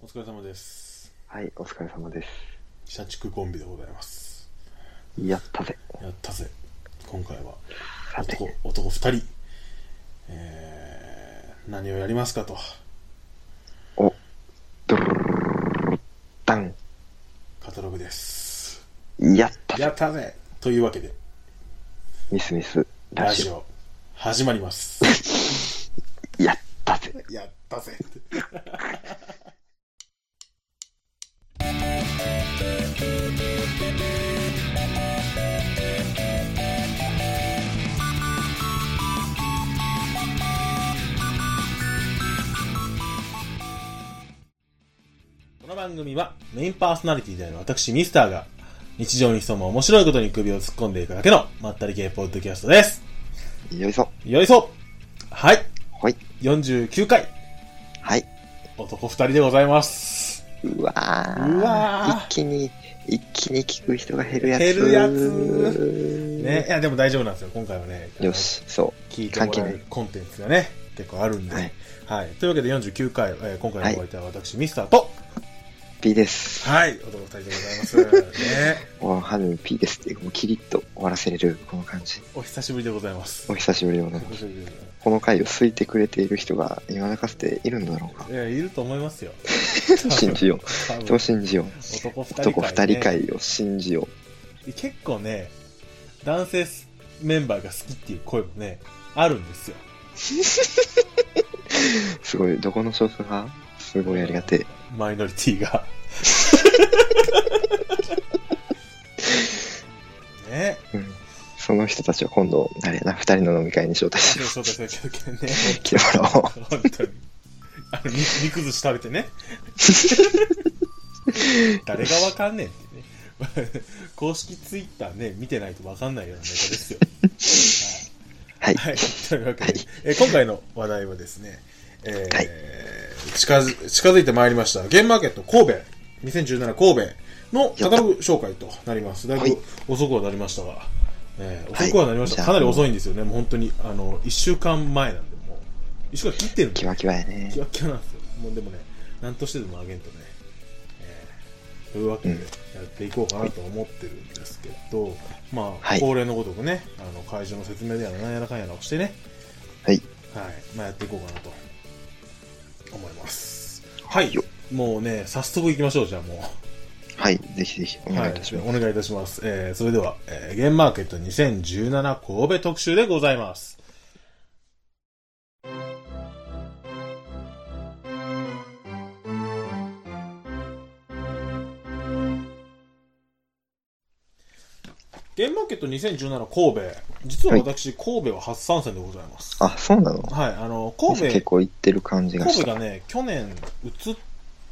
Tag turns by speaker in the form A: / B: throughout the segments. A: お疲れ様です。
B: はい、お疲れ様です。
A: 社畜コンビでございます。
B: やったぜ。
A: やったぜ。今回は
B: さて、
A: 男、男二人。えー、何をやりますかと。
B: お、ドゥルルルルルダン。
A: カタログです。
B: やったぜ。
A: やったぜというわけで、
B: ミスミス、ラ
A: ラ
B: ジ
A: ジオ、始まります。
B: オ。やったぜ。
A: やったぜこの番組はメインパーソナリティである私ミスターが日常に潜む面白いことに首を突っ込んでいくだけのまったり系ポッドキャストです。
B: よいしょ。
A: よいしょはい
B: はい。
A: !49 回
B: はい。
A: 男二人でございます。
B: うわー。
A: うわー
B: 一気に、一気に聞く人が減るやつ。
A: 減るやつね、いや、でも大丈夫なんですよ。今回はね、
B: よし、そ
A: 聞いても
B: 関係
A: ら
B: な
A: え
B: い
A: るコンテンツがね、結構あるんで。は
B: はいい。
A: というわけで49回、えー今回のお相手は私、ミスターと、
B: う。P です。
A: はい、男二人でござい ます。ね、
B: おはる P ですっていう、もうキリッと終わらせれる、この感じ。
A: お久しぶりでございます。
B: お久しぶりでござい
A: お
B: ます。
A: 久しぶりでござい
B: この回を好いてくれている人が世の中っているんだろうか
A: ま。すいや、いると思い ますよ。
B: 信じよ
A: 多
B: う。
A: 分
B: そう信じよう。
A: 男二人会、ね。
B: 男二人会を信じよう。
A: 結構ね、男性メンバーが好きっていう声もね、あるんですよ。
B: すごい、どこの少数派すごいありがてえ。
A: マイノリティが。ね
B: うん。その人たちを今度、あれやな、二人の飲み会に招待し
A: 今日
B: よ
A: 招待された時はね、
B: う。 来てもらおう。
A: 本当に。あの、肉肉寿司食べてね。誰がわかんねえってね。公式ツイッターね、見てないとわかんないようなネタですよ。
B: はい。
A: はい、 というわけで、えー今回の話題はですね、えー
B: はい
A: 近づ近づいてまいりました、ゲームマーケット神戸、2017神戸のカタログ紹介となります。だい
B: は
A: ぶ
B: い
A: 遅くはなりましたが、えー
B: はい
A: 遅くはなりました、
B: じゃあ
A: かなり遅いんですよね、もう本当に、あの、1週間前なんで、もう、1週間切ってるんで、
B: キワキワやね
A: キ。ワキワなんですよ。もうでもね、なんとしてでもあげんとね、えーというわけで
B: うん
A: やっていこうかなと思ってるんですけど、まあ、
B: はい
A: 恒例のごとくね、あの会場の説明でやらなんやらかんやらをしてね、
B: はい。
A: はい、まあやっていこうかなと思います。はい
B: よ、
A: もうね、早速行きましょう、じゃあもう。
B: はい。ぜひぜひ、お願いいたします。
A: はお願いいたします。えー、それでは、えー、ゲームマーケット2017神戸特集でございます。ゲームマーケット2017神戸。実は私、神戸は初参戦でございます。
B: あ、そうなの
A: はい、あの、神戸
B: 結、構行ってる感じがし
A: 神戸
B: た。
A: がね、去年移っ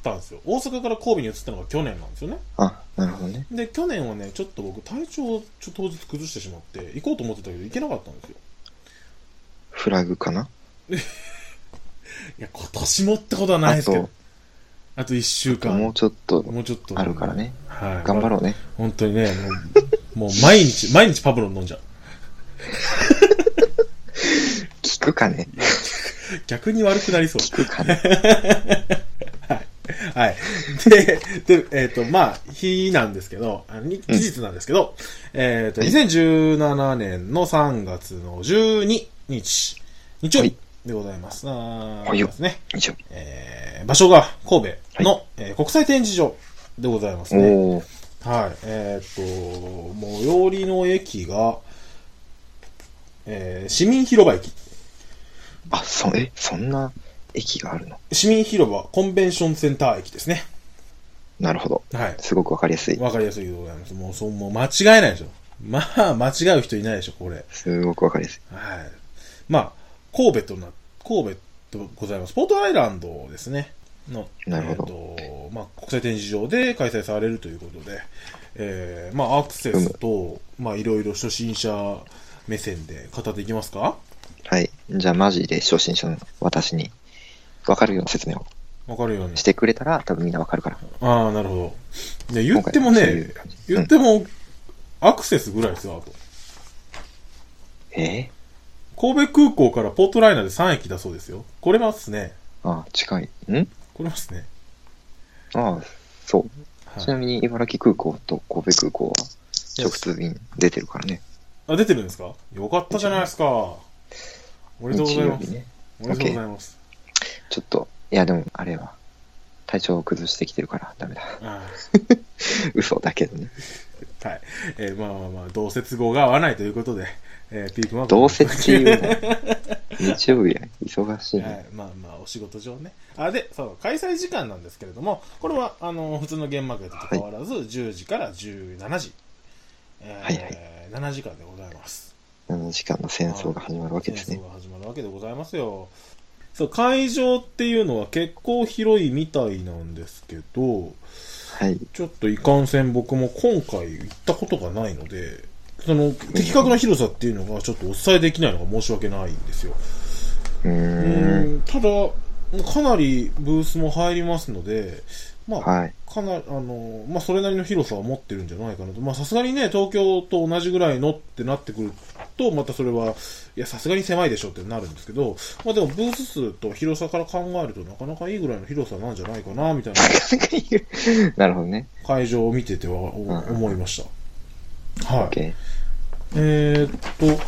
A: たんですよ。大阪から神戸に移ったのが去年なんですよね。
B: あ、なるほどね。
A: で、去年はね、ちょっと僕、体調をちょっと当日崩してしまって、行こうと思ってたけど、行けなかったんですよ。
B: フラグかない
A: や、今年もってことはない
B: あ
A: ですけど
B: と、、
A: あと1週間。
B: もうちょっと
A: もうちょっと。
B: あるから。ね。
A: はい。
B: 頑張ろ
A: う。
B: うね。
A: 本当にね、もう、もう毎日、毎日パブロン飲んじゃう。
B: 聞くかね
A: 逆に悪くなりそう。
B: 聞く かね
A: はい。で、で、えっ、と、まあ、日なんですけど、あのに期日なんですけど、えっ、と、2017年の3月の12日、日曜
B: は
A: 日
B: い
A: でございます。あ
B: は
A: ー
B: いよ
A: ですね。
B: 以上。
A: えー場所が神戸の、えー国際展示場でございますね。
B: おー。
A: はい。えーっと、最寄りの駅が、えー市民広場駅。
B: あ、そ、え、そんな駅があるの
A: 市民広場コンベンションセンター駅ですね。
B: なるほど。
A: はい。
B: すごくわかりやすい。
A: わかりやすいでございます。もう、そう、もう間違えないでしょ。まあ、間違う人いないでしょ、これ。
B: すごくわかりやすい。
A: はい。まあ、神戸とな、神戸とございます。ポートアイランドですね。の、
B: なるほど
A: えーとまあ、国際展示場で開催されるということで、えー、まあ、アクセスと、まあ、いろいろ初心者目線で語っていきますか
B: はい。じゃあマジで初心者の私に分かるような説明を
A: わかるように
B: し。てくれたら多分みんな分かるから。
A: ああ、なるほど。で、言っても
B: 今回はそうい
A: ね
B: う、感じ
A: 言っても、アクセスぐらいですよ、あと。
B: うん、え
A: 神戸空港からポートライナーで3駅だそうですよ。来れますね。
B: ーあ、近い。ん
A: 来れますね。
B: ああ、そう。
A: はい
B: ちなみに茨城空港と神戸空港は直通便出てるからね。
A: あ、出てるんですかよかったじゃないですか。おめでとうご
B: 日
A: ざい
B: 曜
A: ま
B: 日
A: す。
B: ね。
A: おめでとうございます。
B: ちょっと、いやでもあれは、体調を崩してきてるからダメだ。
A: あ
B: 嘘だけどね。
A: ーはい。えーまあまあまあ、同接合が合わないということで、えーピークマーク。
B: どうせっていうな。 日曜日や、忙しい
A: は
B: ね。
A: い、まあまあ、お仕事上ね。あ、で、そう、開催時間なんですけれども、これは、あの、普通のゲームマーケットと変わらず、10時から17時。
B: はい
A: えー7時間でございます。
B: 7時間の戦争が始まるわけです
A: 戦
B: ね
A: 争。が始まるわけでございますよ。そう、会場っていうのは結構広いみたいなんですけど、
B: はい。
A: ちょっといかんせん僕も今回行ったことがないので、その、的確な広さっていうのがちょっとお伝えできないのが申し訳ないんですよ。
B: うーん。
A: うんただ、かなりブースも入りますので、まあ、
B: はい。
A: かなり、あの、まあ、それなりの広さは持ってるんじゃないかなと。まあ、さすがにね、東京と同じぐらいのってなってくると、またそれは、いや、さすがに狭いでしょってなるんですけど、まあ、でもブース数と広さから考えると、なかなかいいぐらいの広さなんじゃないかな、みたいな
B: なるほどね。
A: 会場を見ててはお
B: んうん
A: 思いました。はい。
B: OK。
A: えーっ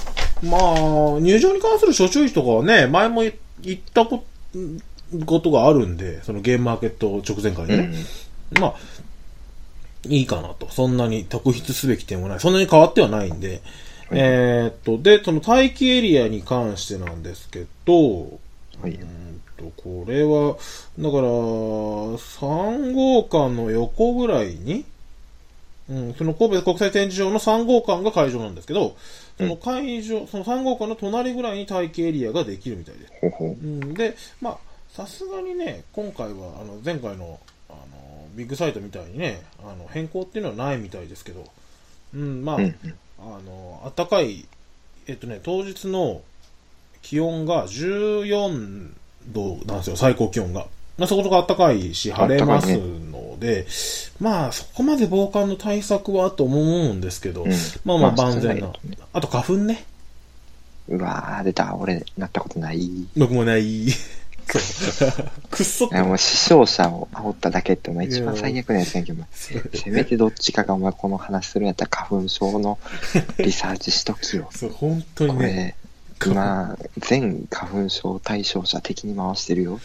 A: と、まあ、入場に関する諸注意とかはね、前も言ったこことがあるんで、そのゲームマーケット直前回
B: う
A: でね。
B: ん。
A: まあ、いいかなと。そんなに特筆すべき点もない。そんなに変わってはないんで。
B: はい
A: えーっと、で、その待機エリアに関してなんですけど、
B: はいう
A: ー。んと、これは、だから、3号館の横ぐらいに、うん、その神戸国際展示場の3号館が会場なんですけど、その会場、その3号館の隣ぐらいに待機エリアができるみたいです。
B: ほうほ
A: うん、で、まあ、さすがにね、今回は、あの、前回の、あの、ビッグサイトみたいにね、あの、変更っていうのはないみたいですけど、うん、まあ、
B: う。うんうん。
A: あの、暖かい、えっとね、当日の気温が14度なんですよ、最高気温が。まあ、そこそこ暖かいし、晴れますので、まあ、そこまで防寒の対策はと思うんですけど、
B: うん
A: まあまあ
B: まあ
A: 万全
B: そ
A: な
B: うだけどね。
A: あと花粉ね。
B: うわー、出た。俺、なったことない。い
A: 僕もない。そう。 くっそって。
B: や、もう死傷者を煽っただけって、お前一番最悪なやつやんけ、お前。せめてどっちかがお前この話するんやったら花粉症のリサーチしときよ
A: そう、本当に
B: こ
A: ね。
B: れ、今、全花粉症対象者的に回してるよ。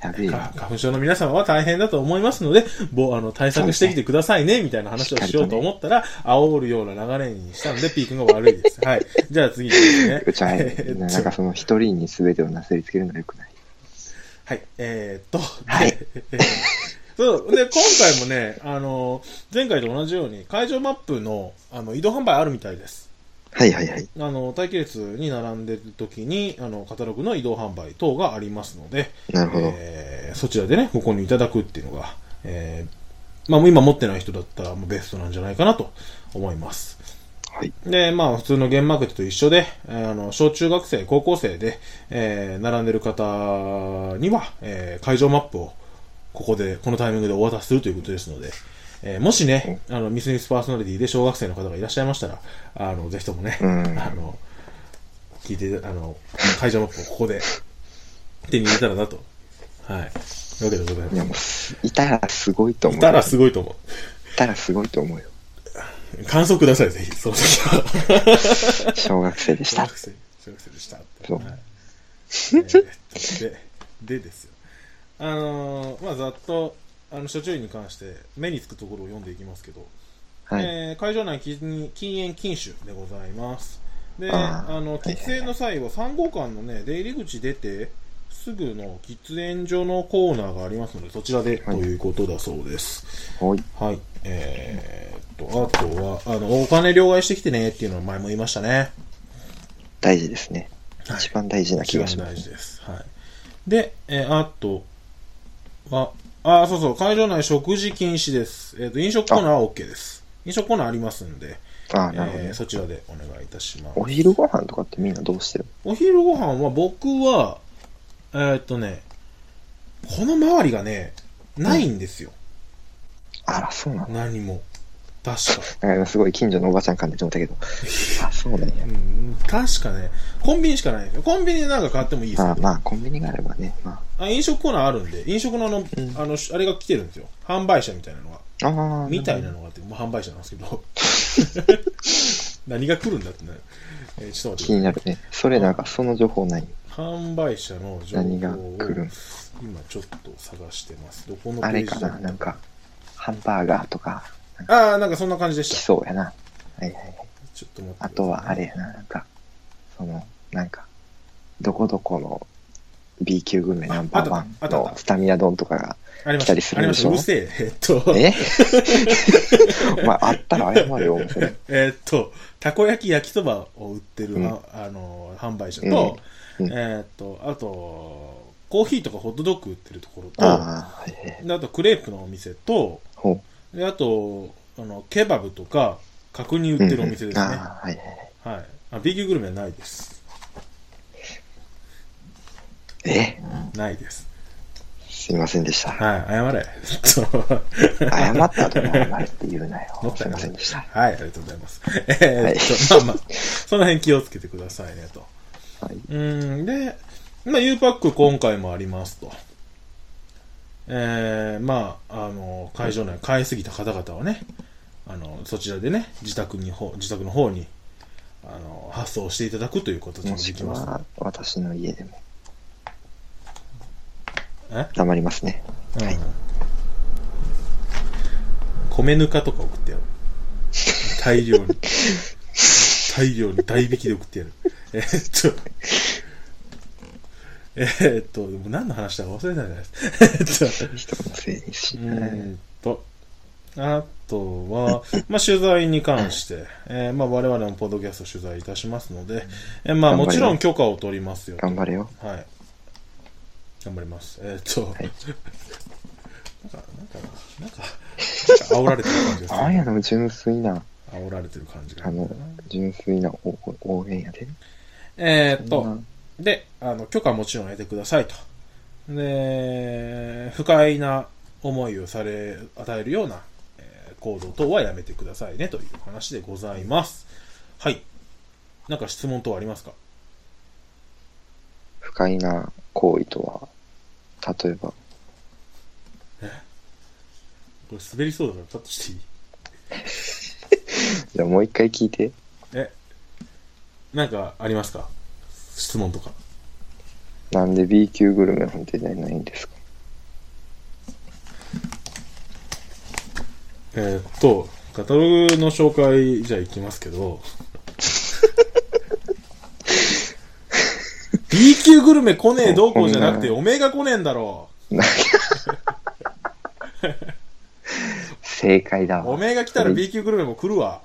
B: やべえよ。
A: 花花粉症の皆様は大変だと思いますので、ぼあの対策してきてくださいね、みたいな話をしようと思ったら、煽るような流れにしたので、ピー君が悪いです。はい。じゃあ次ですね。
B: うちは、
A: えーっと
B: なんかその一人に全てをなすりつけるのはよくない。
A: はい。えーっと、
B: はい
A: で。そう。で、今回もね、あの、前回と同じように、会場マップのあの移動販売あるみたいです。
B: はいはいはい。
A: あの、待機列に並んでる時に、あの、カタログの移動販売等がありますので、
B: なるほど。
A: えーそちらでね、ご購入いただくっていうのが、えーまあ今持ってない人だったらもうベストなんじゃないかなと思います。
B: はい。
A: で、まあ普通のゲームマーケットと一緒で、えーあの、小中学生、高校生で、えー並んでる方には、えー会場マップをここで、このタイミングでお渡しするということですので、えーもしね、あの、ミスミスパーソナリティで小学生の方がいらっしゃいましたら、あの、ぜひともね、
B: うん
A: あの、聞いて、あの、会場マップをここで手に入れたらなと。はい。というわけでござい
B: いや
A: ま
B: もうす、いたらすごいと
A: す。
B: 思。
A: いうたらすごいと思う。
B: いたらすごいと思うよ。
A: 感想ください、ぜひ。その時は。
B: 小学生でし
A: 小
B: た。
A: 学生、小学生でしたって。
B: そう
A: はいえーで、でですよ。あのーまあざっと、あの、諸注意に関して、目につくところを読んでいきますけど、
B: はい。
A: えー会場内禁禁煙禁酒でございます。で、あ
B: あー
A: の、
B: はいはいはい
A: 喫煙の際は3号館のね、出入り口出て、すぐの喫煙所のコーナーがありますので、そちらでと
B: はい
A: いうことだそうです。
B: おい。
A: はい。えーっと、あとは、あの、お金両替してきてねっていうのを前も言いましたね。
B: 大事ですね。
A: はい
B: 一番大事な
A: 一
B: 気
A: 番
B: がしま
A: 大事
B: す。
A: です。はい。で、えーあとは、あ、そうそう、会場内食事禁止です。えっ、と、飲食コーナーは OK です。飲食コーナーありますんで、
B: ああ、なるほど
A: え
B: ね
A: ー。そちらでお願いいたします。
B: お昼ご飯とかってみんなどうしてる
A: お昼ご飯は僕は、えーっとね、この周りがね、ないんですよ。
B: あら、そうなの
A: 何も。確
B: なんかすごい近所のおばちゃん感じて思った けど。あ、そう
A: か。
B: だね。
A: うん、確かね、コンビニしかないんですよ。コンビニでなんか買ってもいいです
B: ま
A: よ
B: あ。まあ、コンビニがあればね。ま
A: あ飲食コーナーあるんで、飲食のあの、あの、あれが来てるんですよ。販売車みたいなのが。
B: あ、ああ。
A: みたいなのがあって、まあ、販売車なんですけど。 何が来るんだってね。えーちょっと
B: 気
A: 待っ
B: に
A: て。
B: なるね。それなんか、その情報ない。
A: 販売車の情報を
B: 何が来るん
A: 今ちょっと探してます。どこのペ
B: あれ
A: ージだ
B: か
A: った
B: な、なんか、ハンバーガーとか、
A: ああ、なんかそんな感じで
B: 来
A: した。
B: そうやな。はいはいはい。
A: ちょっと待ってくださいね、
B: あとは、あれやな、なんか、その、なんか、どこどこの B 級グルメナンバーワン
A: ああったあったあっ
B: の
A: た
B: スタミナ丼とかが、
A: ありま
B: 来
A: した
B: りす
A: た。あ
B: る
A: り
B: ん
A: ま
B: で
A: し。
B: したょ
A: うるせえ。え っと、
B: え お前、あったら謝れよ、それ。
A: えーっと、たこ焼き焼きそばを売ってる、
B: うん
A: ああの、販売者と、
B: うんうん
A: えーっと、あと、コーヒーとかホットドッグ売ってるところと、あ
B: ああ、はいはい。
A: あとクレープのお店と、
B: ほう。
A: であと、あの、ケバブとか、角煮売ってるお店ですね。
B: うんうんああ、はいはいはい。
A: はい。あ、B 級グルメはないです。
B: え
A: ないです。
B: すいませんでした。
A: はい、謝れ。 えっと
B: 謝った後に謝れって言うな
A: も
B: よ。
A: った
B: す
A: い
B: い
A: な
B: ま
A: い
B: せんでした。
A: はい、ありがとうございます。えーっと、まあまあ、その辺気をつけてくださいね、と。
B: はい。
A: うーん、で、まあ、U パック今回もありますと。えー、まあ、あの、会場内買いすぎた方々はね、あの、そちらでね、自宅にほ、自宅の方に、あの、発送していただくということに
B: も
A: で
B: し
A: き
B: く
A: ます。
B: は、私の家でも。
A: え
B: 黙りますね。
A: うん
B: はい
A: 米ぬかとか送ってやる。大量に。大量に、大引きで送ってやる。えーっと。えーっと、でも何の話だか忘れたじゃないですか。えーっと。
B: 人のせいにし
A: う
B: な
A: ー
B: い。
A: んと、あとは、まあ、取材に関して、えーまあ、我々もポッドキャスト取材いたしますので、えーまあ、
B: 頑張り
A: も
B: ます
A: ちろん許可を取りますよと。
B: 頑張れよ。
A: はい。頑張ります。えーっと、
B: い
A: なんか、なんか、なんか、なんか煽られてる感じです
B: あんやの純粋な、
A: 煽られてる感じが
B: あの、純粋なおお応援やで。
A: えーっ
B: そ
A: と
B: ん、
A: で、あの、許可はもちろん得てくださいと。で、不快な思いをされ、与えるような、えー行動等はやめてくださいねという話でございます。はい。なんか質問等ありますか
B: 不快な行為とは、例えば、
A: これ滑りそうだからカットしていい
B: じゃあもう一回聞いて。
A: え、なんかありますか質問とか。
B: なんで B 級グルメ本店でないんですか
A: えーっと、カタログの紹介じゃあいきますけ ど、B 級グルメ来ねえどうこうじゃなくて、おめえが来ねえんだろ
B: 正解だ
A: う。お
B: わ。
A: めえが来たら B 級グルメも来るわ。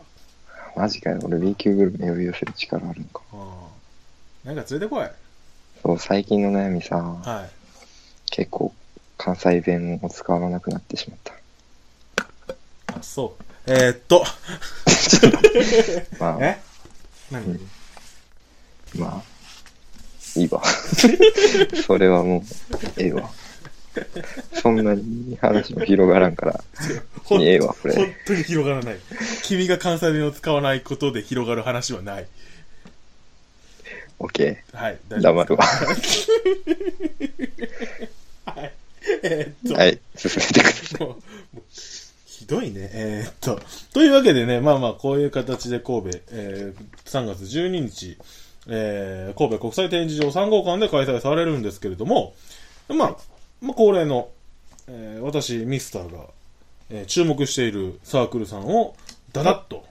B: マジかよ。俺 B 級グルメ呼び寄せる力あるのか。
A: うんなんか連れてこい。
B: そう、最近の悩みさ、
A: はい。
B: 結構関西弁を使わなくなってしまった。
A: あ、そう。えーっと、
B: まあ、
A: え何、
B: まあ、い いわ。それはもう、ええわ。そんなに話も広がらんから、
A: ほん
B: ええわ、こ
A: 本
B: れ。
A: 当に広がらない。君が関西弁を使わないことで広がる話はない。
B: オッケ
A: はい、
B: ー。
A: 大丈夫
B: 黙るわ。
A: えーっと、
B: はい、進めてください。
A: もう、もうひどいね。えーっと、というわけでね、まあまあ、こういう形で神戸、えー3月12日、えー神戸国際展示場3号館で開催されるんですけれども、まあ、まあ、恒例の、えー私、ミスターが、えー注目しているサークルさんを、だだっと、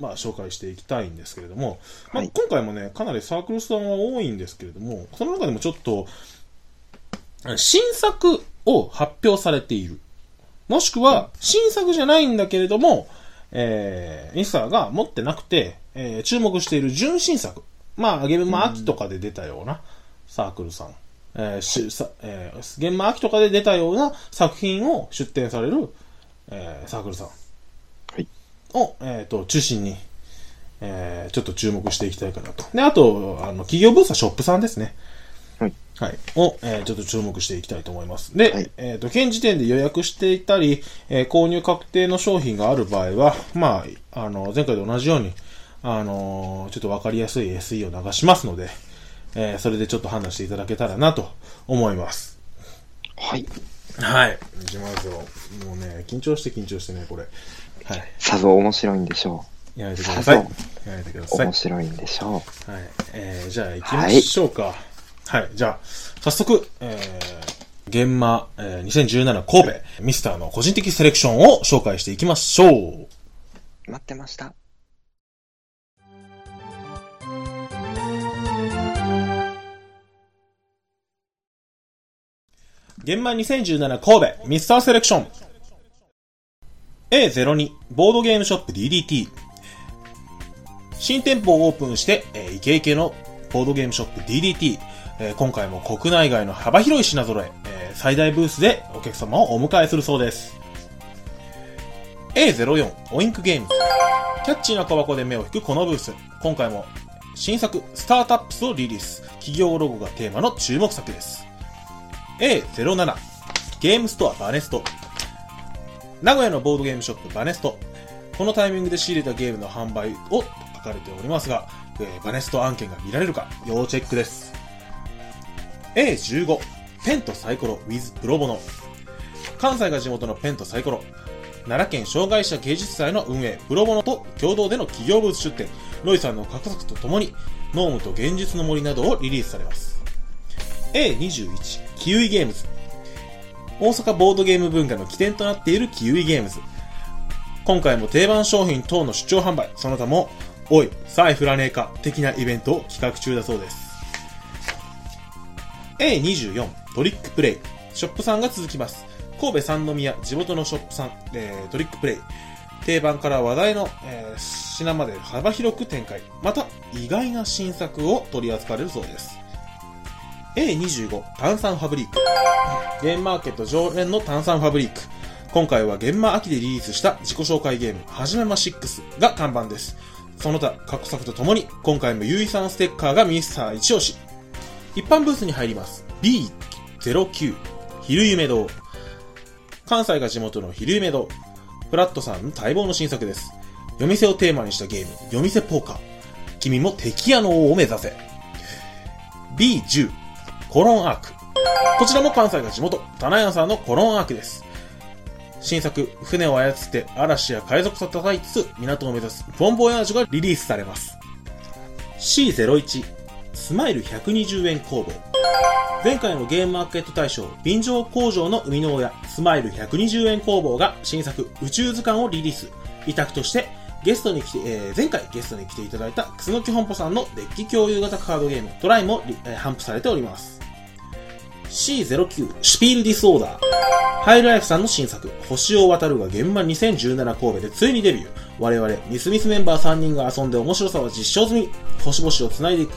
A: まあ、紹介していきたいんですけれども、まあ、
B: はい
A: 今回もね、かなりサークルさんは多いんですけれども、その中でもちょっと、新作を発表されている。もしくは、新作じゃないんだけれども、えー、ミスターが持ってなくて、えー注目している純新作。まあ、ゲームマ秋とかで出たようなサークルさん。えー、しさえー、ゲーム秋とかで出たような作品を出展される、えー、サークルさん
B: はい。
A: を、えー、と、中心に、えー、ちょっと注目していきたいかなと。で、あと、あの、企業ブースはショップさんですね。
B: はい。
A: はい。を、えーちょっと注目していきたいと思います。で、
B: はい
A: えっ、と、現時点で予約していたり、えー購入確定の商品がある場合は、まあ、あの、前回と同じように、あのーちょっとわかりやすい SE を流しますので、えーそれでちょっと判断していただけたらなと思います。
B: はい。
A: はい。いきますよ。もうね、緊張して緊張してね、これ。はい。
B: さぞ面白いんでしょ
A: やめてください
B: さ。
A: やめてくだ
B: う。
A: さい
B: 面。白いんでしょう。
A: はい。えー、じゃあ行きましょうか。はい。じゃあ、早速、えー、現場、えー、2017神戸、ミスターの個人的セレクションを紹介していきましょう。
B: 待ってました。
A: 現場2017神戸ミスターセレクション A02 ボードゲームショップ DDT 新店舗をオープンして、えーイケイケのボードゲームショップ DDT、えー今回も国内外の幅広い品揃ええー最大ブースでお客様をお迎えするそうです A04 オインクゲームズキャッチーな小箱で目を引くこのブース今回も新作スタートアップスをリリース企業ロゴがテーマの注目作です A07 ゲームストアバネスト名古屋のボードゲームショップバネストこのタイミングで仕入れたゲームの販売をと書かれておりますが、えーバネスト案件が見られるか要チェックです A15 ペンとサイコロ with プロボノ関西が地元のペンとサイコロ奈良県障害者芸術祭の運営プロボノと共同での企業ブース出展ロイさんの画策とともにノームと現実の森などをリリースされます A21 キウイゲームズ大阪ボードゲーム文化の起点となっているキウイゲームズ今回も定番商品等の出張販売その他も「おい財布らねえか」的なイベントを企画中だそうです A24 トリックプレイショップさんが続きます神戸三宮地元のショップさん、えートリックプレイ定番から話題の、えー品まで幅広く展開また意外な新作を取り扱われるそうです A25 炭酸ファブリックゲームマーケット常連の炭酸ファブリック今回は現場秋でリリースした自己紹介ゲーム「はじめま6」が看板ですその他過去作とともに今回も結衣さんステッカーがミスター一押し一般ブースに入ります B09 昼夢堂関西が地元の昼夢堂フラットさんの待望の新作です夜店をテーマにしたゲーム「夜店ポーカー」君も敵屋の王を目指せ B10 コロンアークこちらも関西が地元棚屋さんのコロンアークです新作船を操って嵐や海賊と戦いつつ港を目指すボンボヤージュがリリースされます C01 スマイル120円工房前回のゲームマーケット大賞便乗工場の生みの親スマイル120円工房が新作宇宙図鑑をリリース委託としてゲストに来て、えー前回ゲストに来ていただいた楠木本舗さんのデッキ共有型カードゲームトライもリ、えー頒布されております C09 シュピールディスオーダーハイライフさんの新作、星を渡るが現場2017神戸でついにデビュー。我々、ミスミスメンバー3人が遊んで面白さは実証済み。星々を繋いでいく、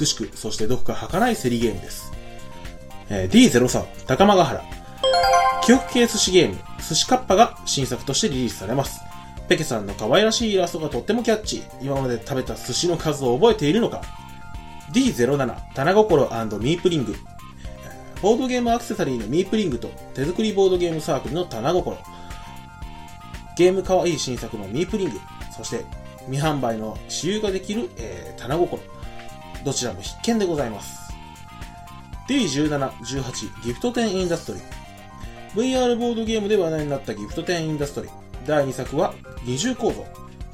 A: 美しく、そしてどこか儚いセリゲームです。えー D03、高間ヶ原。記憶系寿司ゲーム、寿司カッパが新作としてリリースされます。ペケさんの可愛らしいイラストがとってもキャッチー。今まで食べた寿司の数を覚えているのか ?D07、棚心ミープリング。ボードゲームアクセサリーのミープリングと手作りボードゲームサークルの棚心ゲームかわいい新作のミープリングそして未販売の私有ができる、えー、棚心どちらも必見でございます D1718 ギフト10インダストリー VR ボードゲームで話題になったギフト10インダストリー第2作は二重構造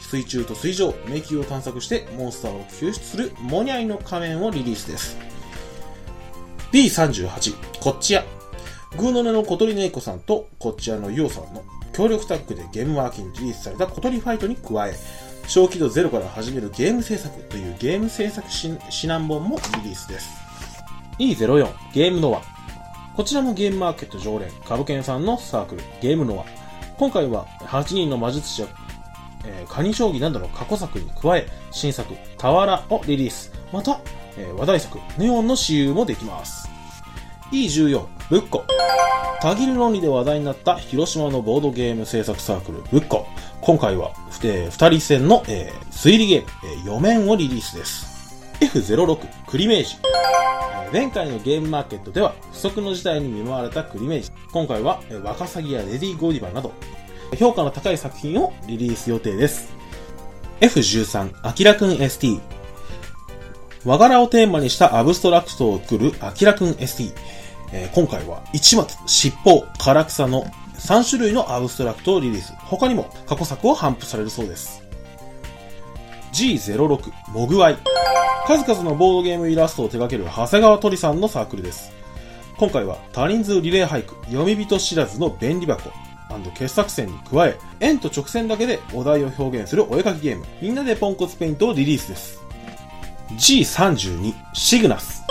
A: 水中と水上迷宮を探索してモンスターを救出するモニャイの仮面をリリースです B38 こっちやグーの音の小鳥イコさんとこっちやのユオさんの協力タッグでゲームワーキングリリースされた小鳥ファイトに加え小規度ゼロから始めるゲーム制作というゲーム制作し指南本もリリースです E04 ゲームノアこちらもゲームマーケット常連株券さんのサークルゲームノア今回は8人の魔術師やえーカニ将棋などの過去作に加え、新作、タワラをリリース。また、えー話題作、ネオンの私有もできます。E14、ブッコ。たぎる論理で話題になった広島のボードゲーム制作サークル、ブッコ。今回は、ふえー二人戦の、えー推理ゲーム、えー、4面をリリースです。F06、クリメージ。えー前回のゲームマーケットでは不測の事態に見舞われたクリメイジ今回はえーワカサギやレディー・ゴディバなど評価の高い作品をリリース予定です F13 アキラくん ST 和柄をテーマにしたアブストラクトを作るアキラくん ST、えー今回は市松、尻尾、唐草の3種類のアブストラクトをリリース他にも過去作を頒布されるそうです G06 モグワイ数々のボードゲームイラストを手掛ける長谷川鳥さんのサークルです今回は多人数リレー俳句読み人知らずの便利箱傑作選に加え円と直線だけでお題を表現するお絵描きゲームみんなでポンコツペイントをリリースです G32 シグナス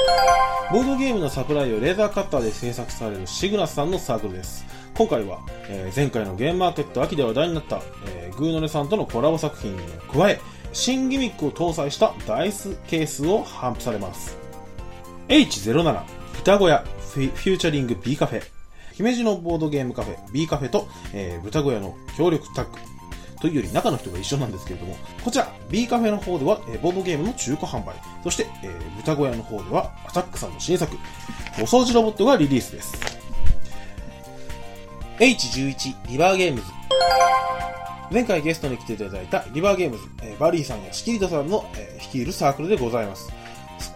A: ボードゲームのサプライをレーザーカッターで制作されるシグナスさんのサークルです今回は、えー前回のゲームマーケット秋で話題になった、えーグーノレさんとのコラボ作品に加え新ギミックを搭載したダイスケースを頒布されます H07 豚小屋フィフューチャリング B カフェ姫路のボードゲームカフェ B カフェと、えー豚小屋の協力タッグというより中の人が一緒なんですけれどもこちら B カフェの方では、えーボードゲームの中古販売そして、えー豚小屋の方ではアタックさんの新作お掃除ロボットがリリースです H11 リバーゲームズ前回ゲストに来ていただいたリバーゲームズ、えーバリーさんやシキリダさんの、えー率いるサークルでございます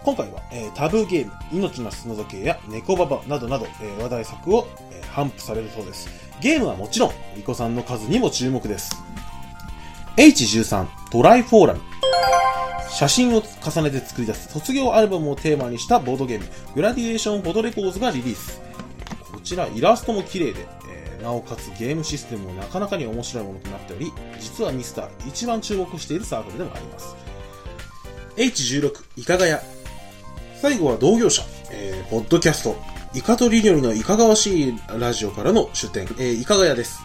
A: 今回は、えータブーゲーム、命の砂時計や猫ババなどなど、えー話題作を、えー頒布されるそうです。ゲームはもちろん、リコさんの数にも注目です。H13 トライフォーラム。写真を重ねて作り出す卒業アルバムをテーマにしたボードゲーム、グラディエーションフォトレコーズがリリース。こちらイラストも綺麗で、えーなおかつゲームシステムもなかなかに面白いものとなっており、実はミスター一番注目しているサークルでもあります。H16 イカガヤ最後は同業者、えーポッドキャストイカとリニョリのいかがわしいラジオからの出展、えーイカガヤです、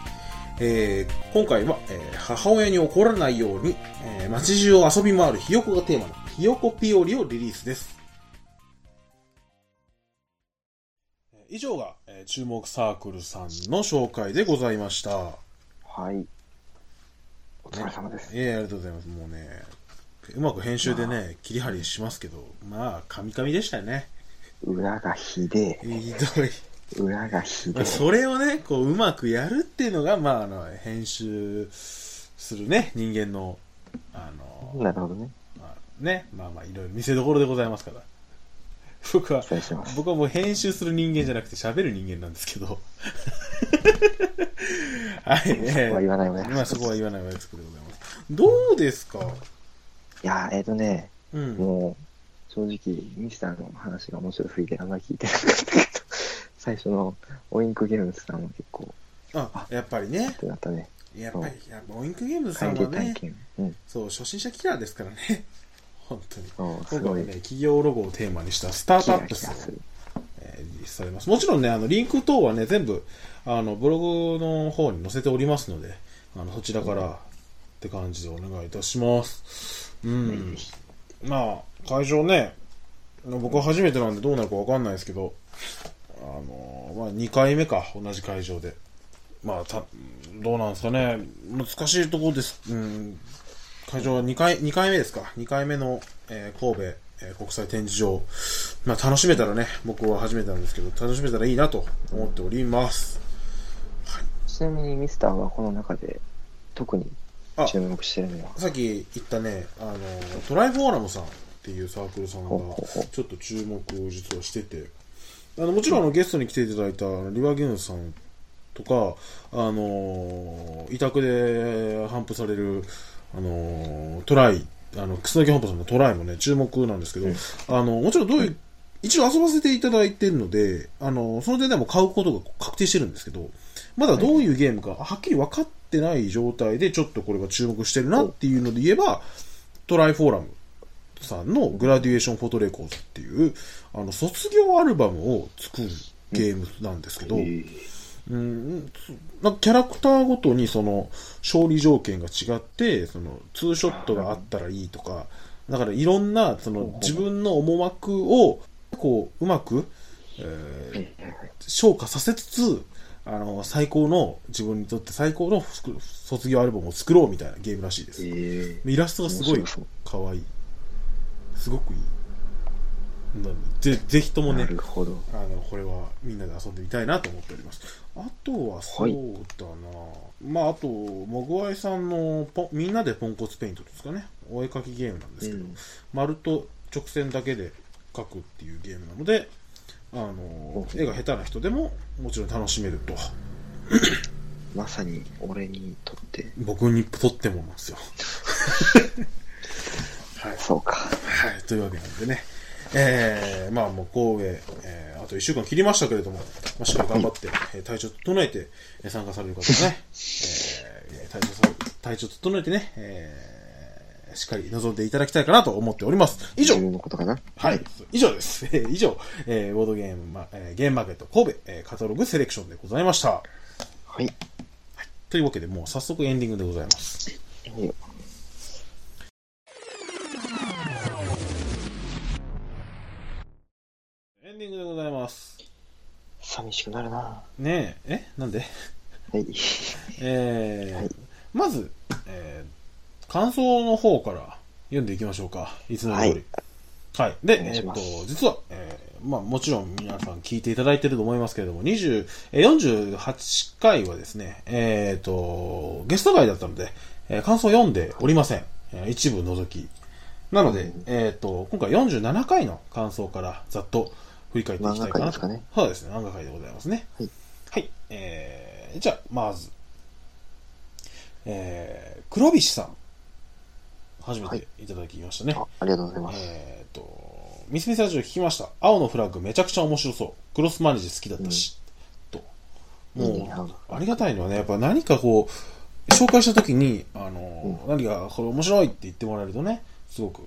A: えー今回は、えー母親に怒らないように、えー街中を遊び回るひよこがテーマのひよこぴよりをリリースですえー以上が、えー注目サークルさんの紹介でございました。
B: はい。お疲れ様です。
A: ええありがとうございます。もうね、うまく編集でね、切り張りしますけど、まあ、カミカミでしたよね。
B: 裏がひで
A: ひどい。
B: え。裏がひ
A: ま
B: で
A: あ
B: え。
A: それをね、こう、うまくやるっていうのが、まあ、あの、編集するね、人間の、あの、
B: なるほどね。
A: まあ、ね、まあまあ、いろいろ見せどころでございますから。 僕は
B: 期、待してます。
A: 僕はもう編集する人間じゃなくて喋る人間なんですけど。 はい、ね。
B: そこは言わないわよ
A: まあ、そこは言わないわ約束でございます。どうですか
B: いやー、えっ、とね、
A: うん。
B: もう、正直、ミスターの話が面白すぎて、あんまり聞いてなかったけど、 最初のオインクゲームズさんは結構、
A: あ、やっぱりね
B: っ。てなったね。
A: やっぱり、やっぱ、オインクゲームズさ
B: 管
A: ん
B: 理
A: は
B: 体
A: ね、
B: 験。うん。
A: そう、初心者キラーですからね。 本当に。
B: そう、
A: 今
B: す
A: 回
B: ご
A: はいね、、企業ロゴをテーマにしたスター
B: キ
A: トア
B: ラ
A: ッ
B: キ
A: プ
B: ラ
A: スを、
B: する。
A: えーリリースされます。もちろんね、あの、リンク等はね、全部、あの、ブログの方に載せておりますので、あの、そちらから、って感じでお願いいたします。うん。まあ、会場ね、僕は初めてなんでどうなるかわかんないですけど、あの、まあ、2回目か、同じ会場で。まあ、た、どうなんですかね。難しいところです。うん。会場は2回、二回目ですか。2回目の、えー神戸、えー国際展示場。まあ、楽しめたらね、僕は初めてなんですけど、楽しめたらいいなと思っております。
B: ちなみにミスターはこの中で、特に
A: あ
B: 注目してるのは、
A: さっき言ったね、あの、トライフォーラムさんっていうサークルさんが
B: ほうほうほう、
A: ちょっと注目を実はしてて、あの、もちろんあの、ゲストに来ていただいた、あのリバーゲームズさんとか、あのー委託で頒布される、あのートライ、あの、楠木本舗さんのトライもね、注目なんですけど、あの、もちろんどういう、一応遊ばせていただいてるので、あの、その点でも買うことが確定してるんですけど、まだどういうゲームか、はっきり分かってない状態で、ちょっとこれは注目してるなっていうので言えば、トライフォーラムさんのグラデュエーションフォトレコーズっていう、あの、卒業アルバムを作るゲームなんですけど、うん、なんかキャラクターごとにその勝利条件が違ってそのツーショットがあったらいいとかだからいろんなその自分の思惑をこううまく、えー昇華させつつあの最高の自分にとって最高の服卒業アルバムを作ろうみたいなゲームらしいです
B: え
A: イラストがすごい
B: 面白そう
A: 可愛いすごくいいぜぜひとも
B: な
A: ね
B: るほど。
A: あのこれはみんなで遊んでみたいなと思っておりますあとはそうだな、まああとモグワイさんのポみんなでポンコツペイントですかねお絵描きゲームなんですけど、
B: うん
A: 丸と直線だけで描くっていうゲームなのであの
B: うん
A: 絵が下手な人でももちろん楽しめると
B: まさに俺にとって。
A: 僕にとってもなんで すよはい
B: そうか。
A: はい、というわけなんでね。えー、まあもう神戸、えー、あと1週間切りましたけれども、まあ、しっかり頑張って、えー体調整えてえー参加される方はね、えー、体調さ体調整えてね、えー、しっかり臨んでいただきたいかなと思っております。以上
B: 自分のことかな。
A: はい。以上です。えー以上、えー、ボードゲーム、ま、えーゲームマーケット神戸、えーカタログセレクションでございました。
B: はい。
A: というわけで、もう早速エンディングでございます。
B: いいよ
A: エンディングでございます。
B: 寂しくなるな。
A: ねえ、えなんで
B: はい。
A: えー
B: はい
A: まず、えー感想の方から読んでいきましょうか。いつも通り。はい。で、
B: お願い
A: え
B: し
A: ーっ
B: ま
A: と
B: す、
A: 実は、えーまあもちろん皆さん聞いていただいてると思いますけれども、20、えー48回はですね、えーっと、ゲスト会だったので、えー感想を読んでおりません。えー一部除き。なので、
B: うん
A: えーっと、今回47回の感想からざっと振り返っていきたいか
B: 漫画
A: なと。
B: 界ですかね
A: そうですね、漫画会でございますね。
B: はい。
A: はい。えー、じゃあ、まず、えー、黒菱さん。初めていただきましたね。
B: あありがとうございます。
A: えー、と、ミスミスラジオ聞きました。青のフラッグめちゃくちゃ面白そう。クロスマネージ好きだったし。と。
B: いい
A: も
B: ね青の
A: う、ありがたいのはね、やっぱ何かこう、紹介したときに、あの、何かこれ面白いって言ってもらえるとね、すごく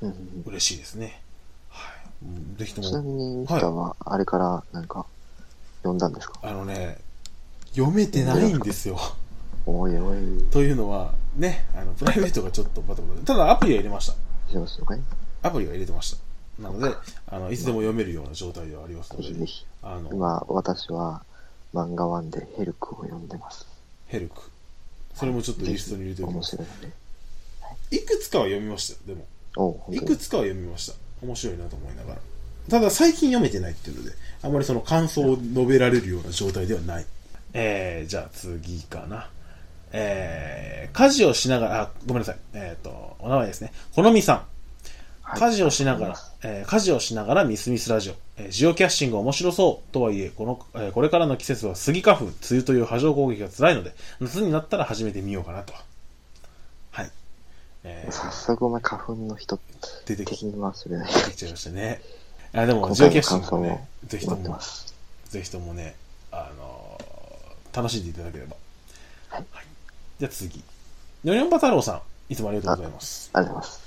B: うんうんうん
A: 嬉しいですね。はい。うんぜひと
B: ちな
A: も、
B: みに、ミキタは、あれから、なんか、呼んだんですか
A: あのね、読めてないんですよ。
B: おいおい、
A: というのは、ね、あの、プライベートがちょっとバタバタ。ただアプリは入れました。
B: しますのかい
A: アプリは入れてました。なので、あの、いつでも読めるような状態ではありますの
B: ぜひぜ
A: で、
B: ひ。
A: あの、
B: 今、私は、漫画ワンでヘルクを読んでます。
A: ヘルク。それもちょっとリストに入れておき
B: 面
A: ます。
B: 白いので。
A: いくつかは読みましたよ、でも。
B: おう、本
A: い
B: 当
A: く
B: に。
A: つかは読みました。面白いなと思いながら。ただ最近読めてないっていうので、あまりその感想を述べられるような状態ではない。えー、じゃあ次かな。えー、家事をしながら、あ、ごめんなさい。えっ、と、お名前ですね。好みさん。
B: はい
A: 家事をしながら、えー家事をしながらミスミスラジオ、えージオキャッシング面白そうとはいえ、この、えーこれからの季節はスギ花粉、梅雨という波状攻撃が辛いので、夏になったら始めてみようかなと。はい。えー
B: 早速お前花粉の人
A: 出て
B: 的
A: き
B: に回すれない。
A: 出てきちゃいましたね。あ、でも、
B: 今
A: ジオ
B: 回
A: キャ
B: の
A: ッシング
B: 感想
A: は
B: も
A: ね、ぜひと
B: 待って
A: も
B: ま、す。
A: ぜひともね、あのー楽しんでいただければ。
B: はい
A: じゃあ次。のりょんば太郎さん、いつもありがとうございます。
B: ありがとうございます。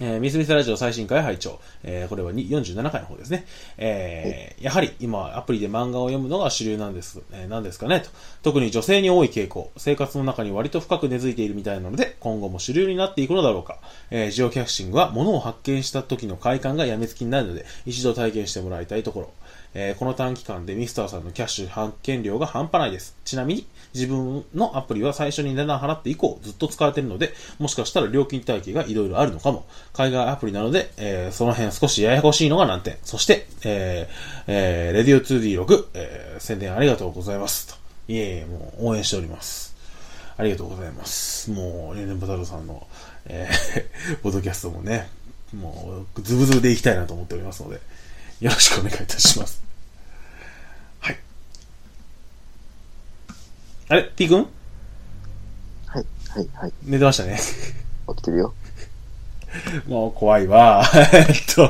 A: えー、ミスミスラジオ最新回拝聴、えーこれはに47回の方ですね。えーやはり今はアプリで漫画を読むのが主流なんです、えーなんですかねと。特に女性に多い傾向、生活の中に割と深く根付いているみたいなので、今後も主流になっていくのだろうか。えージオキャッシングは物を発見した時の快感がやめつきになるので、一度体験してもらいたいところ。えーこの短期間でミスターさんのキャッシュ発見量が半端ないです。ちなみに、自分のアプリは最初に値段払って以降ずっと使われているので、もしかしたら料金体系がいろいろあるのかも。海外アプリなので、えーその辺少しややこしいのが難点。そして、えーえーレディオ 2D6、えー宣伝ありがとうございます。と。いえいえ、もう応援しております。ありがとうございます。もう、レンレンバタロさんの、えー、 ポッドキャストもね、もう、ズブズブでいきたいなと思っておりますので、よろしくお願いいたします。はい。あれ ?P 君
B: はい、はい、はい。
A: 寝てましたね。
B: 起きてるよ。
A: もう怖いわ。 えっと、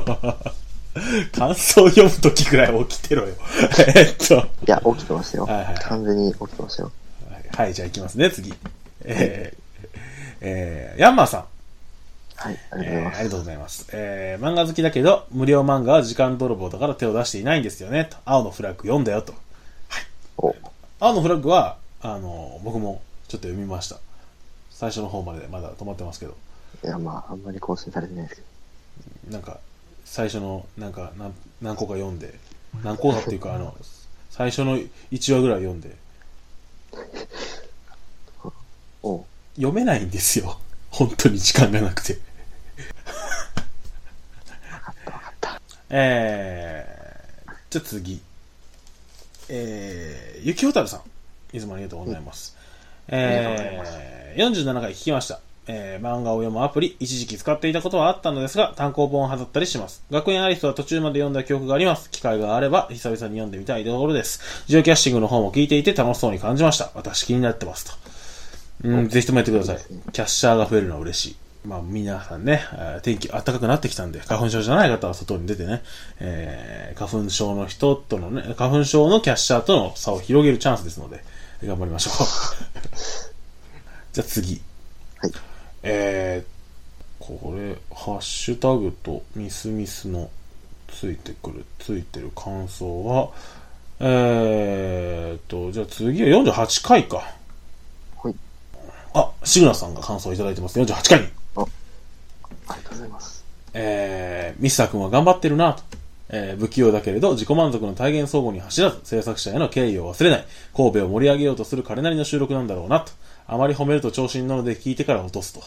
A: 感想読むときぐらい起きてろよ。 えっと、
B: いや、起きてますよ。
A: はいはいはい
B: 完全に起きてますよ。
A: はい、じゃあ行きますね、次。えー、えー、ヤンマーさん。
B: はい、ありがとうござ
A: えー
B: い
A: あ
B: ます。
A: りがとうございます。えー漫画好きだけど、無料漫画は時間泥棒だから手を出していないんですよね。と青のフラッグ読んだよと。
B: お
A: 青のフラッグは、あの、僕もちょっと読みました。最初の方までまだ止まってますけど、
B: いや、まあ、あんまり更新されてないですけど。
A: なんか、最初の、なんか、何何個か読んで、何個かっていうか、あの、最初の1話ぐらい読んで、
B: おう
A: 読めないんですよ。本当に時間がなくて。 えー、じゃあ次。えー、ゆきほたるさん。いつもありがとうございます。
B: ありがとうございま
A: えー、47回聞きました。えー、漫画を読むアプリ、一時期使っていたことはあったのですが、単行本を飾ったりします。学園アリスは途中まで読んだ記憶があります。機会があれば、久々に読んでみたいところです。ジオキャスティングの方も聞いていて楽しそうに感じました。私気になってますと。うん、ぜひともやってください。キャッシャーが増えるのは嬉しい。まあ、皆さんね、えー天気暖かくなってきたんで、花粉症じゃない方は外に出てね、えー花粉症の人とのね、花粉症のキャッシャーとの差を広げるチャンスですので、頑張りましょう。 じゃあ次。
B: はい
A: えー、これ、ハッシュタグとミスミスのついてくる、ついてる感想は、えーっと、じゃあ次は48回か。
B: はい。
A: あ、シグナさんが感想をいただいてます。48回に。
B: ありがとうございます。
A: えー、ミスター君は頑張ってるなと。えー、不器用だけれど自己満足の体現相互に走らず、制作者への敬意を忘れない、神戸を盛り上げようとする彼なりの収録なんだろうなと。あまり褒めると調子に乗るので聞いてから落とすと。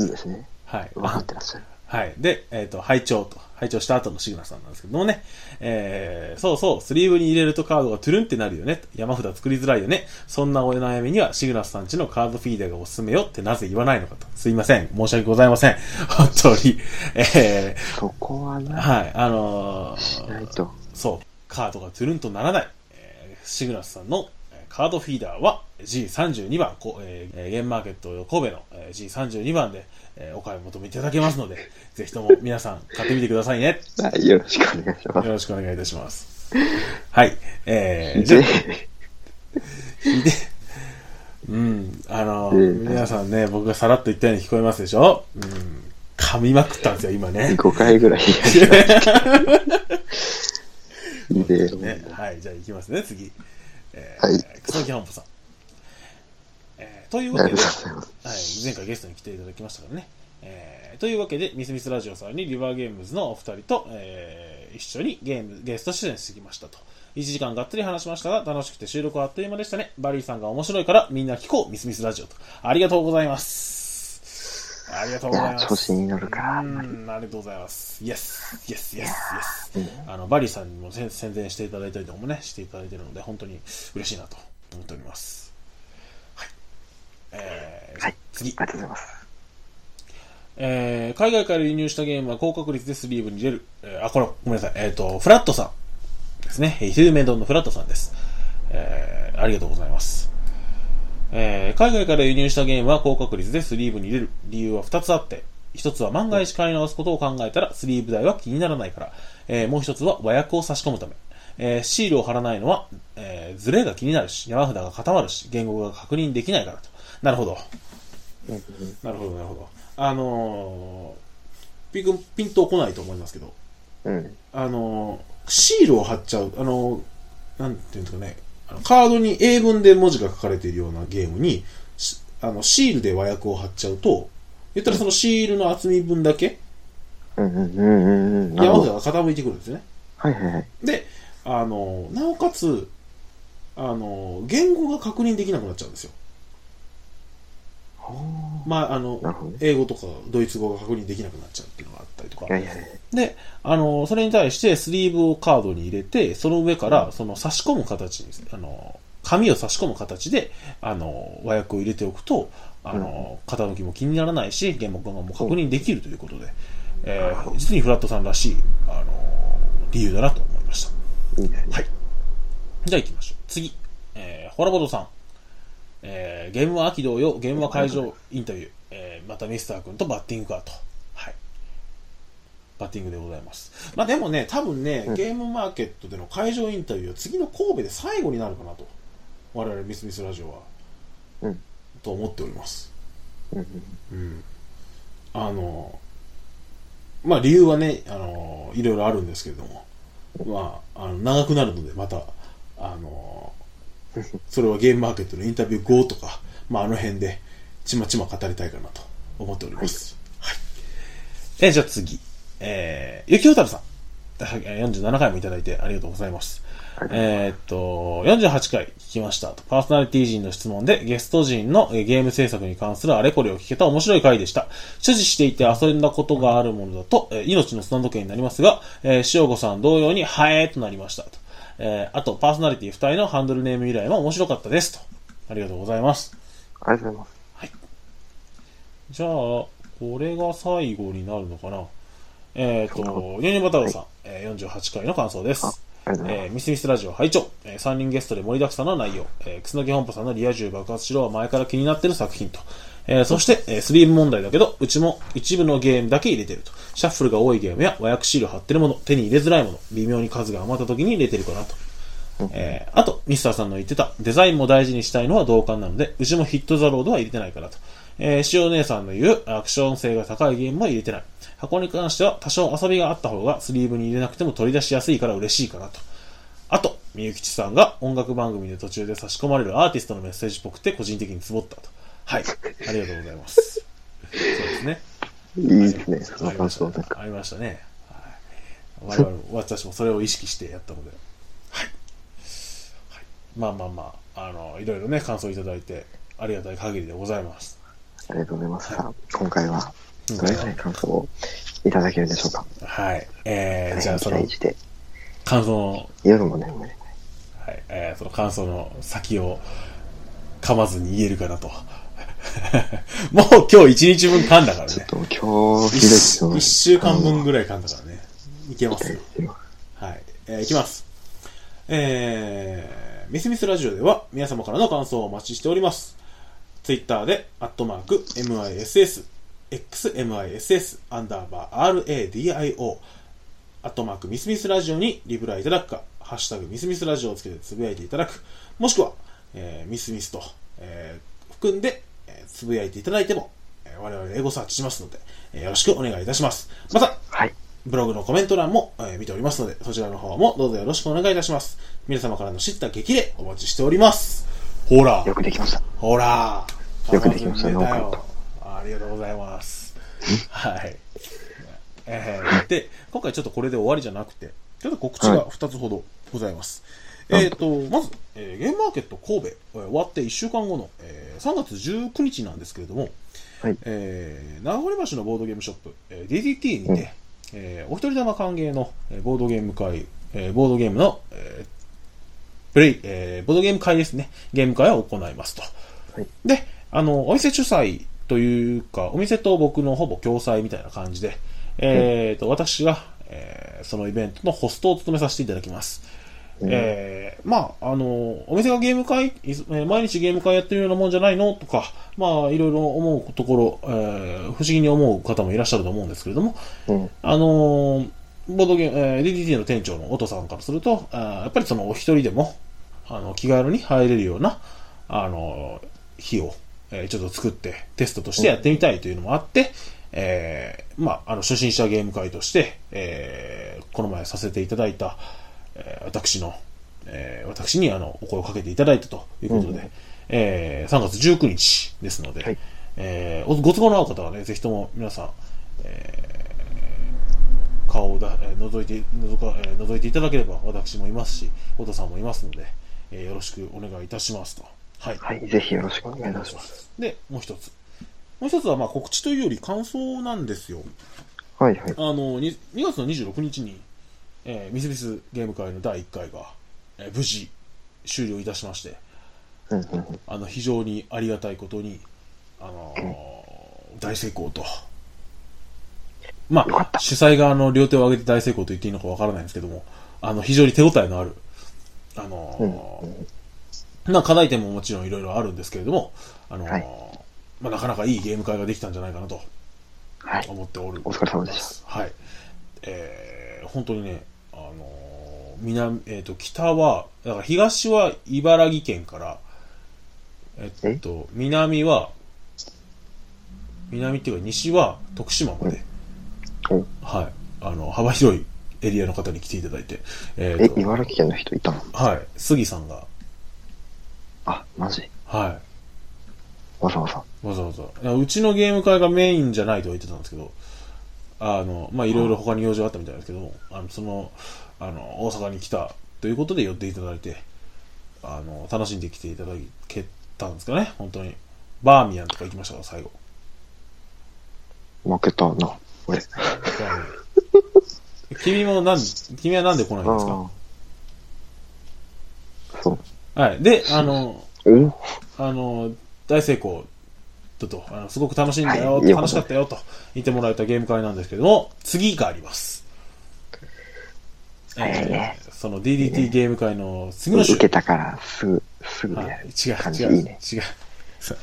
B: いいですね。
A: はい。
B: 分かってらっしゃる。
A: はい。で、えっ、と、拝聴と。拝聴した後のシグナさんなんですけどもね。えー、そうそう、スリーブに入れるとカードがトゥルンってなるよね。山札作りづらいよね。そんなお悩みには、シグナスさんちのカードフィーダーがおすすめよってなぜ言わないのかと。すいません。申し訳ございません。本当に。え
B: そこは
A: ー、
B: な、
A: はい。あの
B: し
A: ー、
B: ないと。
A: そう、カードがトゥルンとならない、えーシグナスさんのえーカードフィーダーは G32 番、こえー、えーゲームマーケット神戸のえー G32 番で、えーお買い求めいただけますので、 ぜひとも皆さん買ってみてくださいね。
B: はい、よろしくお願いしま
A: よ
B: す。
A: ろしくお願いいたし ます。はい。えー、じゃ
B: で
A: あ、聞いて。うん、あの、
B: うん
A: 皆さんね、僕がさらっと言ったように聞こえますでしょうん、噛みまくったんですよ、今ね。
B: 5回ぐらいやりま した。いいで、
A: ね、はい、じゃあ行きますね、次。えー
B: はい
A: 草木半歩さん。えーという
B: あ
A: わ
B: り
A: け
B: が
A: で、
B: とう
A: はい
B: ご、ざいます。
A: 前回ゲストに来ていただきましたからね。えーというわけで、ミスミスラジオさんにリバーゲームズのお二人と、えー一緒にゲーム、ゲスト出演してきましたと。1時間がっつり話しましたが、楽しくて収録はあっという間でしたね。バリーさんが面白いから、みんな聞こう、ミスミスラジオと。ありがとうございます。ありがとうございま
B: い
A: す。
B: や調子に乗るか
A: うん、ありがとうございます。イエス、イエス、イエス、イエス。あの、バリーさんにも宣宣伝していただいたりとかもね、していただいてるので、本当に嬉しいなと思っております。はい。えー、
B: はい
A: 次。
B: ありがとうございます。
A: えー、海外から輸入したゲームは高確率でスリーブに入れる。えー、あ、これ、ごめんなさい。えっ、と、フラットさんですね。えー、ヒルメドンのフラットさんです。えー、ありがとうございます。えー海外から輸入したゲームは高確率でスリーブに入れる理由は2つあって、1つは万が一買い直すことを考えたらスリーブ代は気にならないから、えーもう1つは和訳を差し込むため。えーシールを貼らないのは、えーズレが気になるし、山札が固まるし、言語が確認できないからと。なるほど。なるほど、なるほど。あのー、ピンクピンとこないと思いますけど、
B: うん。
A: あのーシールを貼っちゃう、あのーなんていうんですかね、あのカードに英文で文字が書かれているようなゲームに、しあのシールで和訳を貼っちゃうと、言ったらそのシールの厚み分だけ、
B: うんうんうんうんうん。なる
A: 山
B: ほ
A: 札
B: ど。
A: が傾いてくるんですね。
B: はいはいはい。
A: で、あのーなおかつ、あのー言語が確認できなくなっちゃうんですよ。まあ、あの
B: なるほどね、
A: 英語とかドイツ語が確認できなくなっちゃうっていうのがあったりとか
B: い。やいやいや。
A: で、あの、それに対してスリーブをカードに入れて、その上から、その差し込む形に、あの、紙を差し込む形で、あの、和訳を入れておくと、あの、傾きも気にならないし、原木がもう確認できるということで、えー実にフラットさんらしい、あの、理由だなと思いました。
B: いいですね。
A: はい。じゃあ行きましょう。次。えー、ホラボドさん。えー、ゲームは秋同様、ゲームは会場インタビュー。えー、またミスター君とバッティングかと。はい。バッティングでございます。まあでもね、多分ね、
B: うん
A: ゲームマーケットでの会場インタビューは次の神戸で最後になるかなと。我々ミスミスラジオは。
B: うん
A: と思っております。
B: うんうん
A: うん。あの、まあ理由はね、あの、いろいろあるんですけれども、まあ、あの長くなるので、また、あの、それはゲームマーケットのインタビュー後とか、まああの辺で、ちまちま語りたいかなと思っております。はい。え、じゃあ次。えー、ゆきほたるさん。はいえー47回もいただいてありがとうございます。えーっと、48回聞きましたと。パーソナリティ陣の質問で、ゲスト陣のえーゲーム制作に関するあれこれを聞けた面白い回でした。所持していて遊んだことがあるものだと、えー命のスタンド系になりますが、えー塩子さん同様に、はえーとなりましたと。えーあと、パーソナリティ2人のハンドルネーム由来も面白かったですと。ありがとうございます。
B: ありがとうございます。
A: じゃあ、これが最後になるのかな。えっ、
B: そうなの
A: と、ユニバ太郎さん、えー48回の感想です。
B: ありがとうございます。
A: えーミスミスラジオ拝聴、え3人ゲストで盛りだくさんの内容、えー、楠木本舗さんのリア充爆発しろは前から気になってる作品と、えーそして、えースリーム問題だけど、うちも一部のゲームだけ入れてると。シャッフルが多いゲームや和訳シール貼ってるもの、手に入れづらいもの、微妙に数が余った時に入れてるかなと。えーあと、ミスターさんの言ってた、デザインも大事にしたいのは同感なので、うちもヒットザロードは入れてないからと。えー、塩姉さんの言う、アクション性が高いゲームは入れてない。箱に関しては、多少遊びがあった方が、スリーブに入れなくても取り出しやすいから嬉しいかなと。あと、みゆきちさんが音楽番組で途中で差し込まれるアーティストのメッセージっぽくて個人的にツボったと。はい。ありがとうございます。そうですね。
B: いいですね。そ
A: あ
B: の
A: りま
B: 感
A: した
B: 想
A: ね
B: なん。か。
A: ありましたね。はい、 我々、私もそれを意識してやったので。はい。はい、まあまあまあ、あの、いろいろね、感想いただいて、ありがたい限りでございます。
B: ありがとうございます。さあ、今回は、どれぐらい感想をいただけるんでしょうか。
A: はい。えー、じゃあそ
B: 期
A: の
B: 待して。
A: 感想の、
B: 夜も眠れない。
A: はい、えーその感想の先を噛まずに言えるかなと。 もう今日一日分噛んだから
B: ちょ
A: ね。
B: っと今日、ひどいですよ
A: 一週間分ぐらい噛んだからね。いけますよ。はい。えーいきます。えー、ミスミスラジオでは皆様からの感想をお待ちしております。ツイッターで、アットマーク、MISS、XMISS、アンダーバー RADIO、アットマーク、ミスミスラジオにリプライいただくか、ハッシュタグ、ミスミスラジオをつけてつぶやいていただく、もしくは、えーミスミスと、えー含んで、えーつぶやいていただいても、えー我々エゴサーチしますので、えーよろしくお願いいたします。また、
B: はい。
A: ブログのコメント欄も、えー見ておりますので、そちらの方もどうぞよろしくお願いいたします。皆様からの知った激励お待ちしております。ほら、
B: よくできました。
A: ほら、
B: よくできました
A: 頑張ってくれ
B: ノーカッ
A: ありがとうございます。はい。えーで、今回ちょっとこれで終わりじゃなくて、ちょっと告知が2つほどございます。
B: はい
A: えっ、と、まず、えーゲームマーケット神戸、えー終わって1週間後の、えー3月19日なんですけれども、
B: はい
A: えー、長堀橋のボードゲームショップ、えー DDT にて、
B: うん
A: えーお一人玉歓迎の、えーボードゲーム会、えーボードゲームの、えープレイ、えーボードゲーム会ですね、ゲーム会を行いますと。
B: はい
A: で、あの、お店主催というか、お店と僕のほぼ共催みたいな感じで、えーと、私が、えーそのイベントのホストを務めさせていただきます。
B: うん
A: えーまあ、あの、お店がゲーム会、いずえー毎日ゲーム会やってるようなもんじゃないのとか、まあ、いろいろ思うところ、えー不思議に思う方もいらっしゃると思うんですけれども、
B: うん。
A: あのーボードゲーム、えー DDT の店長の音さんからすると、あーやっぱりそのお一人でも、あの、気軽に入れるような、あのー日を、えーちょっと作って、テストとしてやってみたいというのもあって、えーまあ、あの、初心者ゲーム会として、えーこの前させていただいた、えー私の、えー私にあの、お声をかけていただいたということで、
B: うん
A: えー3月19日ですので、
B: はい
A: えーおご都合の合う方はね、ぜひとも皆さん、顔をだ、えー覗いて、覗か、えー覗いていただければ、私もいますし、お父さんもいますので、えーよろしくお願いいたしますと。はい。
B: はい。ぜひよろしくお願いいたします。
A: で、もう一つ。もう一つは、まあ、告知というより感想なんですよ。
B: はいはい。
A: あの、に2月の26日に、えー、ミスミスゲーム会の第1回が、えー無事、終了いたしまして、
B: うんうんうん。
A: あの、非常にありがたいことに、あのー大成功と。ま
B: よかっ
A: あ、主催側の両手を挙げて大成功と言っていいのかわからないんですけども、あの、非常に手応えのある、あのー
B: うん
A: まあ課題点ももちろんいろいろあるんですけれども、あのー
B: はい
A: まあ、なかなかいいゲーム会ができたんじゃないかなと
B: はい。
A: 思っておる。
B: お疲れ様でし
A: はい。えー本当にね、あのー南、えっ、と、北は、だから東は茨城県から、えっと、南は、南っていうか西は徳島まで、
B: た。お
A: はい。あの、幅広いエリアの方に来ていただいて、え
B: え
A: っ、、と、
B: 茨城県の人いたの
A: はい。杉さんが、
B: あ、マジ
A: は
B: わざわざ。
A: い。わざわざ。いやうちのゲーム会がメインじゃないとは言ってたんですけど、あの、まあ、いろいろ他に用事があったみたいですけども、あの、その、あの、大阪に来たということで寄っていただいて、あの、楽しんできていただけたんですかね、本当に。バーミヤンとか行きましたから、最後。
B: 負けたな、俺。
A: バーミヤン 君もなん、君はなんで来ないんですか
B: あーそう。
A: はい。で、あの、
B: お
A: あの、大成功だと、あのすごく楽しいんだよ、
B: はい
A: 楽しかったよと言ってもらえたゲーム会なんですけども、次があります。
B: はい
A: えーその DDT ゲーム会の次の週。
B: 受けたから、すぐ、すぐ
A: は
B: やる感
A: い、
B: じ。
A: 違、
B: い
A: 違
B: う
A: う、
B: いね。
A: 違う。
B: い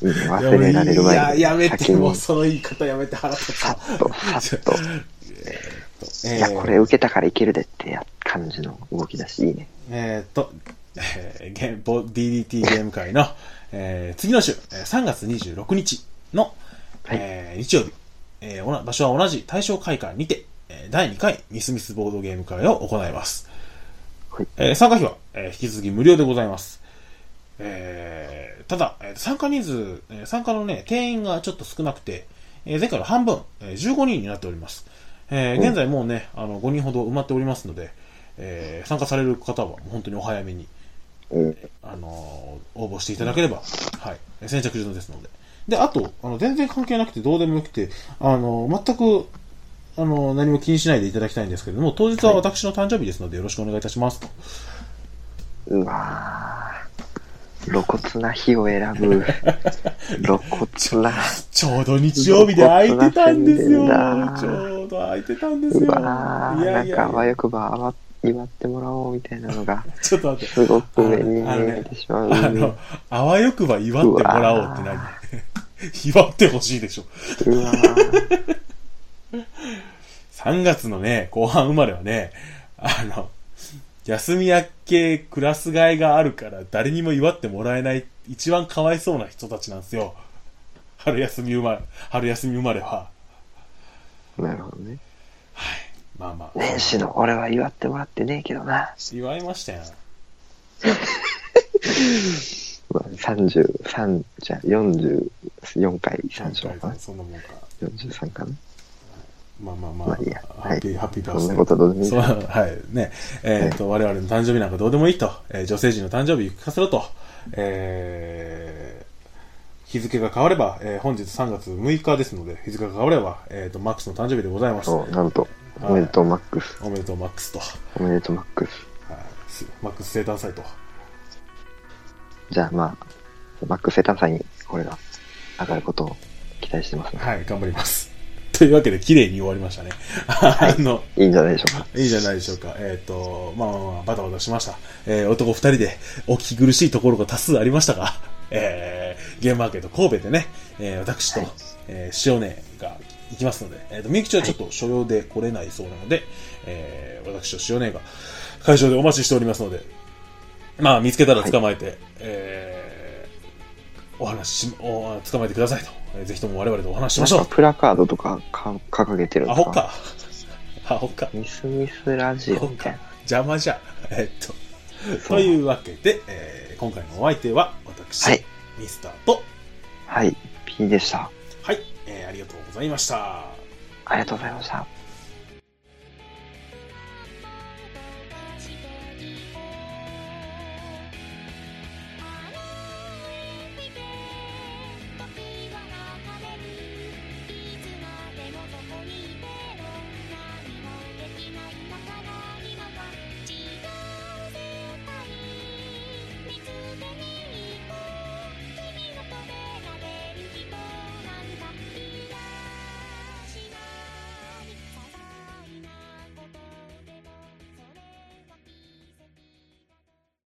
B: いね。忘れられる
A: い
B: 前に。
A: や、やめて、
B: 先
A: もう
B: に、
A: その言い方やめて腹立った。
B: さっと、さっと。
A: えー
B: いや、これ受けたからいけるでってや感じの動きだし、いいね。
A: えーっと、 えーゲームボ DDT ゲーム会の、えー次の週、えー3月26日の、
B: はい
A: えー日曜日、えーおな場所は同じ大正会館にて、えー第2回ミスミスボードゲーム会を行います。
B: はい
A: えー参加費は、えー引き続き無料でございます。えーただ、えー参加人数、えー参加のね、定員がちょっと少なくて、えー前回の半分、えー15人になっております。えー
B: うん
A: 現在もうね、あの、5人ほど埋まっておりますので、えー参加される方は本当にお早めに、
B: うん。
A: あのー応募していただければ、はい、えー先着順ですので。で、あと、あの、全然関係なくてどうでもよくて、あのー全く、あのー何も気にしないでいただきたいんですけれども、当日は私の誕生日ですのでよろしくお願いいたしますと。
B: うわぁ。露骨な日を 選ぶ。露骨な。
A: ちょうど日曜日で空いてたんですよ。
B: どこか
A: ち
B: 住んでんだ
A: ょうど空いてたんです
B: う
A: よ。
B: わ
A: い
B: ぁ。
A: や
B: ないんか、あわ
A: や、
B: よくばあわ祝ってもらおうみたいなのが、
A: ちょっと待って。
B: すごく目に見えてしまう。
A: あの、あわよくば祝ってもらおうって
B: う
A: 何
B: わ
A: 祝ってほしいでしょ。
B: うわぁ。
A: 3月のね、後半生まれはね、あの、休み明けクラス替えがあるから誰にも祝ってもらえない一番かわいそうな人たちなんですよ。春休み生まれ、春休み生まれは。
B: なるほどね。
A: まあまあ、
B: 年始の俺は祝ってもらってねえけどな。
A: 祝いましたよ。
B: まあ、33じゃあ44回参照かな
A: そんなもんか。
B: 43かな
A: まあまあまあ、
B: まあいいや
A: ハッピー、ハッピーバー
B: そ
A: ス
B: ん
A: デ
B: な
A: ー
B: ことどうでもいい
A: そう、はい。ね。えっ、と、我々の誕生日なんかどうでもいいと、えー女性陣の誕生日聞かせろと、えー日付が変われば、えー本日3月6日ですので、日付が変われば、えっ、と、マックスの誕生日でございます。
B: そうなんと
A: はい
B: おめでとうマックス
A: おめでとう、マックスと。はい
B: おめでとうマックス
A: すマックス生誕祭と。
B: じゃあまあマックス生誕祭にこれが上がることを期待してますね
A: はい、頑張ります。というわけで、綺麗に終わりましたね。 あの、
B: いいんじゃないでしょうか
A: いいじゃないでしょうか。えっ、と、まあまあまあ、バタバタしました。えー男二人でお聞き苦しいところが多数ありましたが、 えーゲームマーケット神戸でね、えー私と、えー塩根が行きますので、えっ、と、みゆきちゃんはちょっと所用で来れないそうなので、えー私と塩根が会場でお待ちしておりますので、まあ、見つけたら捕まえて、えーお話しし、お捕まえてくださいと。えーぜひとも我々とお話ししましょ
B: なん
A: う
B: か。プラカードとかか掲げてる
A: ア
B: と
A: ホか。アホか。
B: ミスミスラジオ
A: そう
B: み
A: か
B: たいな。
A: 邪魔じゃ。 えっと。
B: そ
A: と
B: う
A: いうわけで、えー今回のお相手は、私、
B: はい
A: ミスターと、
B: はい P でした
A: はい、えーありがとうございました。
B: ありがとうございました